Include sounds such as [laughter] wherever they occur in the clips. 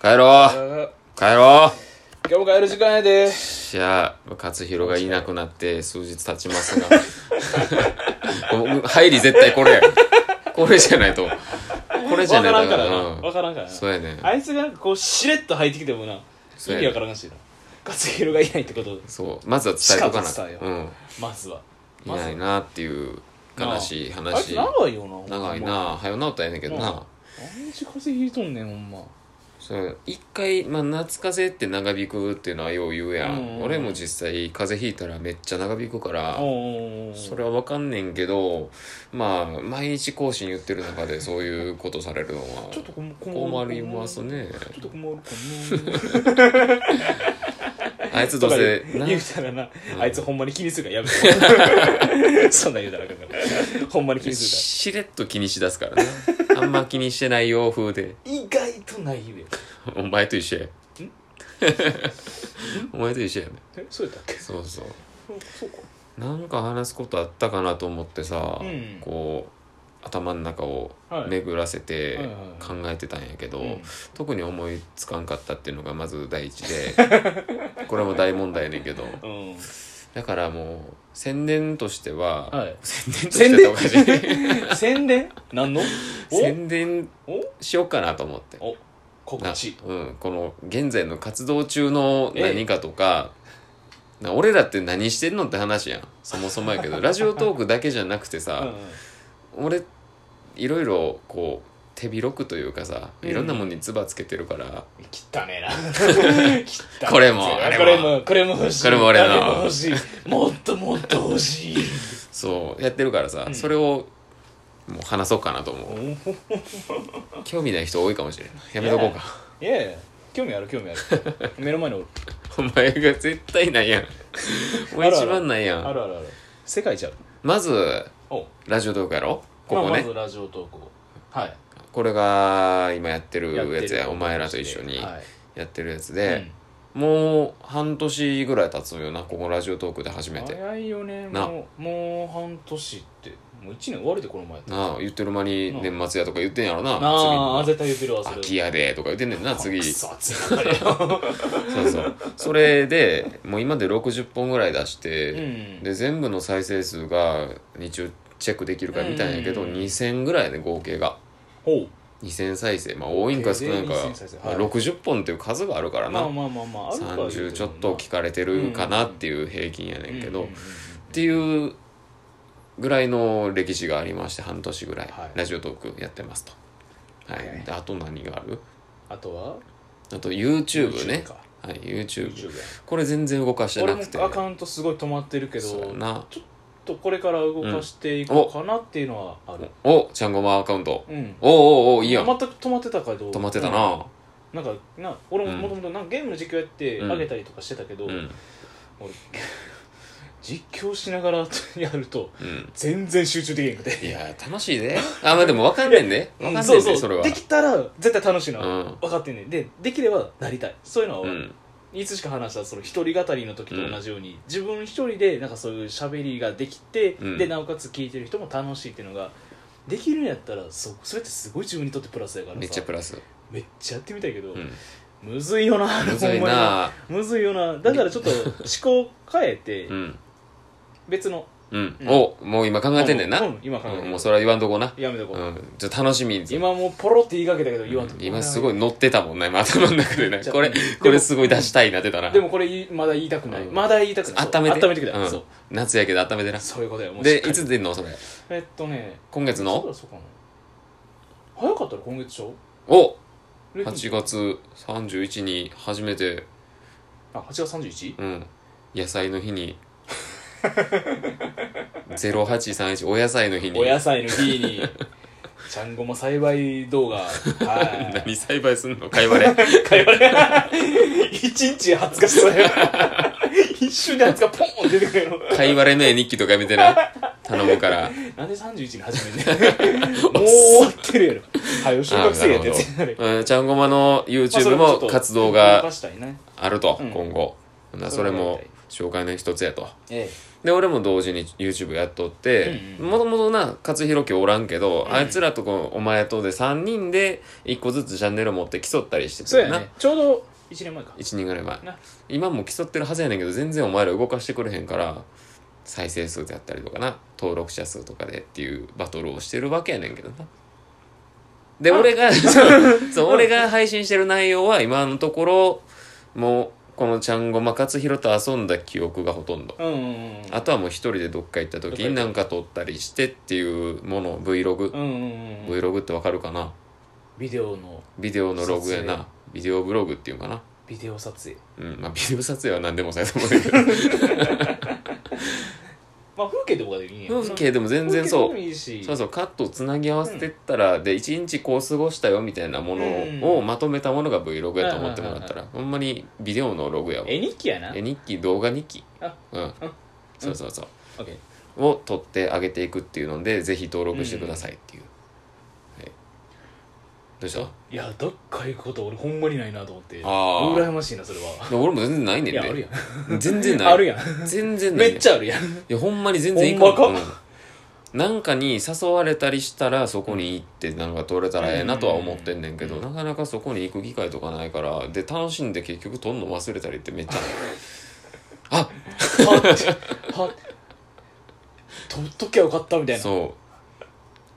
帰ろう今帰ろう日も帰る時間やでじゃあ勝弘がいなくなって数日経ちますが [laughs] こう入り絶対これこれじゃないとこれじゃ分なかいだらんかかららなな分からんからなそうやねんあいつがなんかこうしれっと入ってきてもなそう意やね味わからんしな勝弘がいないってことそうまずは伝えとかしかも伝えようなまずはうんいまずないなっていう悲しいあいつ話長いよな長いあな早よ治ったらええねんけどうんなんち風邪ひいとんねんほんまそう一回、まあ、夏風邪って長引くっていうのはよう言うやん、うんうんうん俺も実際風邪ひいたらめっちゃ長引くからおうおうおうそれは分かんねんけどまあ毎日更新言ってる中でそういうことされるのはちょっとこも困りますねちょっと困るかなあいつどうせとかな言うたらなうんあいつほんまに気にするからやめて [laughs] そんなん言うたらあかんからほんまに気にすしれっと気にしだすからねあんま気にしてない洋風で [laughs] るから意外とないでお前と一緒やお前と一緒やねえそうやったっけそうそうそうかなんか話すことあったかなと思ってさ、うんこう頭の中をはい巡らせてはいはいはい考えてたんやけど、うん特に思いつかんかったっていうのがまず第一 [laughs] でこれも大問題やねんけどうんだからもう宣伝としては、はい宣伝としてっておかしい [laughs] 宣伝何の [laughs] 宣伝おおしようかなと思って。お告な知うん、この現在の活動中のええ何かとかな俺らって何してんのって話やんそもそもやけ [laughs] どラジオトークだけじゃなくてさ、うんうん俺いろいろこう手広くというかさうんいろんなもんに唾つけてるから、汚 [laughs] ねえな汚ねえこれもあれもこれもこれも欲しいこれも俺のあれも欲 [laughs] しいもっともっと欲しいそうやってるからさ、うんそれをもう話そうかなと思う、興味ない人多いかもしれないやめとこうかいやいや興味ある [laughs] 興味ある目の前におるお前が絶対ない [laughs] やんお前あるあ一る番ないやんあるあるある世界ちゃうまずおラジオトークやろこまあこねまずラジオ投稿はいこれが今やってるやってるやつやお前らと一緒にはいやってるやつうで、んもう半年ぐらい経つよなここラジオトークで初めて早いよねなもうもう半年ってもう1年終わるでこの前やったなあ言ってる間になあ年末やとか言ってんやろなな次あのあ絶対言ってるわそれ秋やでとか言ってんねんな次く [laughs] そそ暑いなあれうそうそれでもう今で60本ぐらい出しうて、んで全部の再生数が日中チェックできるかみたいやけど、うん2000ぐらいやね合計がほ2000再生まあ多いんか少ないんか、合計で2000再生まあはい60本っていう数があるかうらな、まあまあまあまああるから言うても30ちょっと聞かれてるかなっていう平均やねんけど、うんうんっうんていうぐらいの歴史がありまして半年ぐらいはいラジオトークやってますと、はいはいであと何があるあとはあと YouTube ね YouTube かはい、YouTube YouTube やこれ全然動かして俺なくてもアカウントすごい止まってるけどそうやなちょっとこれから動かしていこうかなっていうのはあるおちゃんごまアカウントうんおおおおいいやん全く止まってたかどう止まってたななんかな俺ももともとなんかゲームの実況やってうんあげたりとかしてたけうど、ん、うん俺 [laughs] 実況しながらやると全然集中できなくていや楽しいであまあでも分かんねんで分かんねんでそれはできたら絶対楽しいのは、うん分かってんねんでできればなりたいそういうのは、うんいつしか話したその一人語りの時と同じように、自分一人でなんかそういう喋りができて、うんでなおかつ聞いてる人も楽しいっていうのができるんやったらそそれってすごい自分にとってプラスやからさめっちゃプラス、めっちゃやってみたいけど、うん、むずいよなむずいほんまになむずいよなだからちょっと思考変えてうん別のうんう、んおもう今考えてんねんな、ううんん今考えてるもうそれは言わんとこな、やめとこう、うんちょっと楽しみに今もうポロって言いかけたけど言わんとこ今すごいい乗ってたもんね [laughs] 今頭の中でねじゃあこれでもこれすごい出したいなってたなでもこれ言いまだ言いたくない、うんまだ言いたくない温めて温めてください、うんそう夏やけど温めてなそういうことやもうしっでかりいつ出んのそれえっとね今月そうのだそうかな早かったら今月でしょおレ8月31に初めて、あ8月 31? うん、野菜の日に [laughs] 0831お野菜の日にお野菜の日にちゃんごま栽培動画は何栽培すんのかいわれ [laughs] い会話で [laughs] 一日20日したよ一瞬で20日ポーン出てくるのかいわれの絵日記とか見てない頼む [laughs] からなんで31に始めんね [laughs] んもう終わってるやろはよ小学生やってやつやねんうんちゃんごまのまあそ YouTube れちょっもと活動動がかしたいねあると、うん今後なそそれれもやもり紹介の一つやとえで俺も同時に YouTube やっとってうんうんもともとな勝弘家おらんけど、うんあいつらとこうお前とで3人で1個ずつチャンネル持って競ったりしてそうてやな、ねちょうど1年前か1年ぐらい前な今も競ってるはずやねんけど全然お前ら動かしてくれへんから再生数であったりとかな登録者数とかでっていうバトルをしてるわけやねんけどなであ俺がそうそう俺が配信してる内容は今のところもうこのちゃんごま勝弘と遊んだ記憶がほとんどうんうんうんあとはもう一人でどっか行った時になんか撮ったりしてっていうもの Vlog、うんうんうん Vlog ってわかるかなビデオのビデオのログや撮影なビデオブログっていうかなビデオ撮影うんまあビデオ撮影は何でもされてもらえるけどまあ風景とかでいいんや風景でも全然そう風景でもいいしそうそうカットをつなぎ合わせてったら、で一日こう過ごしたよみたいなものをまとめたものが Vlog やと思ってもらったら、ほんまにビデオのログやわ絵日記やなえ日記動画日記あうん、うんそうそうそう、オッケーを撮ってあげていくっていうのでぜひ登録してくださいっていう、はい、どうした [laughs] いやどっか行くこと俺ほんまにないなと思ってあー羨ましいなそれはで俺も全然ないねんでいやあるや全然んない [laughs] あるやん全然ない、めねん、っちゃあるやんいやほんまに全然行ほかんんまうんなんかに誘われたりしたらそこに行ってなんか取れたらええなとは思ってんねんけど、うんなかなかそこに行く機会とかないからで楽しんで結局取んの忘れたりってめっちゃあるは取っときゃよかったみたいあなそう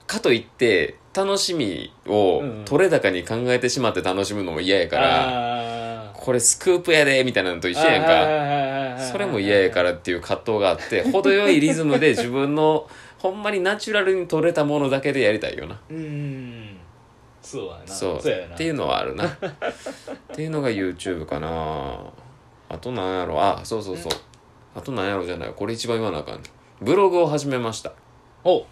かといって楽しみをうん取れ高に考えてしまって楽しむのも嫌やから、らこれスクープやでみたいなのと一緒やんか。んそれも嫌やからっていう葛藤があって程よいリズムで自分のほんまにナチュラルに取れたものだけでやりたいよなうーんそうやなそうやなっていうのはあ [laughs] るなっていうのが YouTube かなあとなんやろあそうそうそうあとなんやろじゃないこれ一番言わなあかんブログを始めましたほ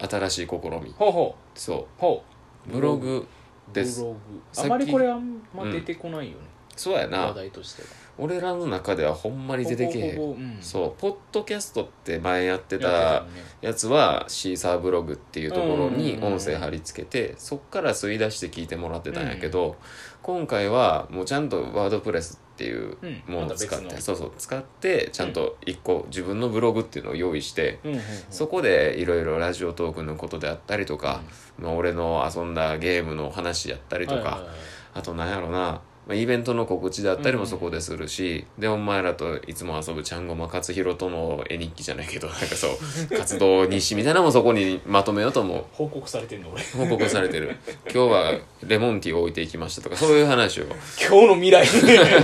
う新しい試みほうほそうほううブログブですログさっあきまりこれあんま出てこないよねそうや話な題としては俺らの中ではほんまに出てけへんほぼほぼうんそうポッドキャストって前やってやたってたねやつはシーサーブログっていうところにうん音声貼り付けてそっから吸い出して聞いてもらってたんやけど、今回はもうちゃんとワードプレスっていううんものを使っまて、た別そうそう使ってちゃんと一個自分のブログっていうのを用意して、うんうんうんそこでいろいろラジオトークのことであったりとか、まあ、俺の遊んだゲームの話やったりとか、はいはいはいあとなんやろなまあイベントの告知であったりうんうもんそこでするし、でお前らといつも遊ぶちゃんごま勝弘との絵日記じゃないけどなんかそう [laughs] 活動日誌みたいなのもそこにまとめようと思報告されてんの俺 [laughs] う報告されてる今日はレモンティーを置いていきましたとかそういう話を今日の未来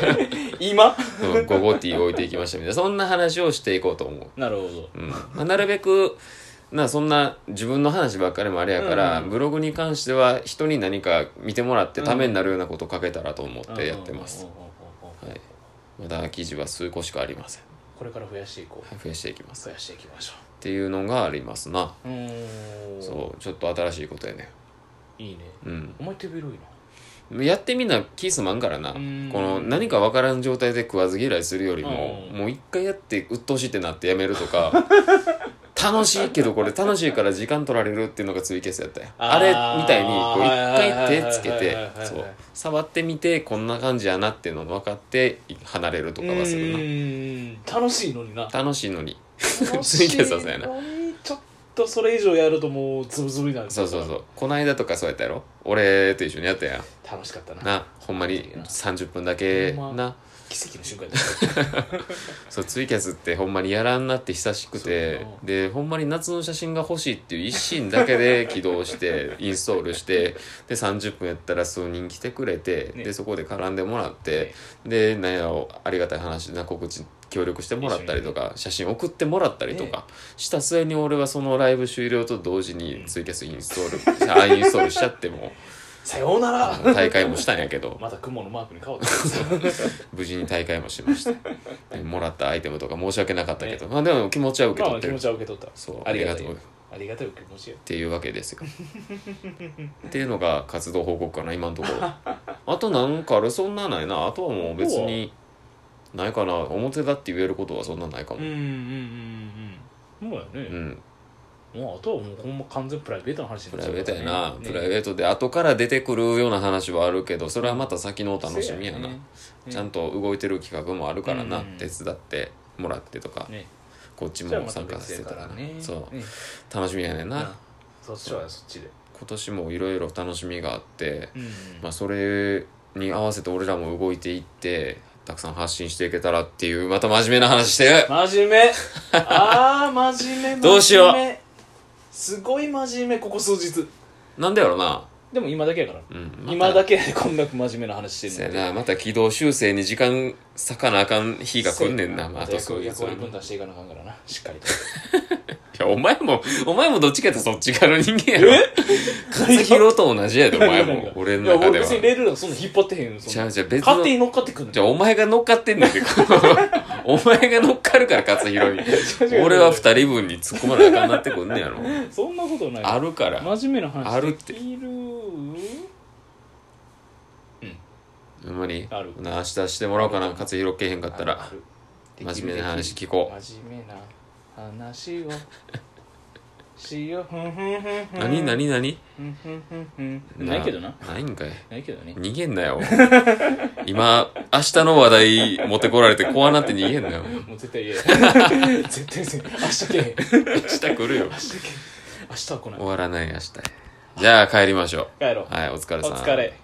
[laughs] 今うん午後ティーを置いていきましたみたいなそんな話をしていこうと思うなるほどうんまあ、なるべくなそんな自分の話ばっかりもあれやから、うんうんブログに関しては人に何か見てもらってためになるようなことを書けたらと思ってやってます、うんうんうんうんうんはい、まだ記事は数個しかありませんこれから増やしていこう増やしていきます増やしていきましょっていうのがありますなううーんそうちょっと新しいことやねいいねうんお前手広いなやってみなキースマンからなこうんの何か分からん状態で食わず嫌いするよりもうんもう一回やって鬱陶しいってなってやめると [laughs] か楽しいけどこれ楽しいから時間取られるっていうのがツイキャスやったやんああれーみたいにこう一回手つけはいはいてはいはいはいはいそう触ってみてこんな感じやなっていうの分かって離れるとかはするうなーん楽しいのにな楽しいのに楽 [laughs] しいしけいどそうやなのにちょっとそれ以上やるともうズブズブになるそうそうそうこないだとかそうやったやろ俺と一緒にやったやん楽しかったななほんまに30分だけほんまな奇跡の瞬間だっそうツイキャスってほんまにやらんなって久しくてそうでほんまに夏の写真が欲しいっていう一心だけで [laughs] 起動してインストールしてで30分やったら数人来てくれて、ねでそこで絡んでもらってて、でなんやろありがたい話な告知協力してもらったりとか、写真送ってもらったりとか、した末に俺はそのライブ終了と同時うにんツイキャスインストール、あインストールしちゃってもさようなあらの大会もしたんやけどまた雲のマークに変わっ [laughs] 無事に大会もしました [laughs] でもらったアイテムとか申し訳なかったけど、まあでも気持ちは受たけま取あってる、気持ちは受け取ったそうありがとありがうとありがたい気持ちよっていうわけですよっていうのが活動報告かな今のところあとなんかあるそんなないなあとはもう別にないかな表だって言えることはそんなないかうんも、うんうんうんそうやうねん、もうあとはもうほんま完全プライベートの話にプなっラちイゃうベートからねやな、ねプライベートで後から出てくるような話はあるけどそれはまた先のお楽しみやなそうねちゃんと動いてる企画もあるからな、うん手伝ってもらってとか、ねこっちじゃあもまた参加さ別せてやたかららねねそうね楽しみやねんな、うんそっちはそっちで今年もいろいろ楽しみがあって、うんまあ、それに合わせて俺らも動いていってたくさん発信していけたらっていうまた真面目な話してる真面 [laughs] 目ああ真面目どうしよう真面目すごい真面目ここ数日なんだろうな、でも今だけやからうん、また今だけやでこんな真面目な話してそるやのになまた軌道修正に時間割かなあかん日が来んねんな、まあ、あと役数日役割分い担していかなあかんからなしっかりと [laughs] やお前もお前もどっちかってそっち側の人間やろ勝弘と同じやでお前も俺のいや中で俺は別にレールなんかそんな引っ張ってへんよそんじなゃあじゃあ別勝手にの乗っかってくんのじゃあお前が乗っかってんねん [laughs] てお前が乗っかるから勝弘に違う違う俺は二人分に突っ込まなあかんなってくんねやろそんなことないあるから真面目な話あるってできるほんまにあるな明日してもらおうかな勝弘けへんかったらある真面目な話聞こう真面目な話をしよう [laughs] 何何何ないけどなないんかいないけどね逃げんなよ今明日の話題持ってこられて怖なって逃げんなよもう絶対言え [laughs] 絶対絶対明日けえへん明日来るよ [laughs] 明日けえへん明日は来ない終わらない明日へじゃあ帰りましょ帰ろううはいお疲れおさん疲れ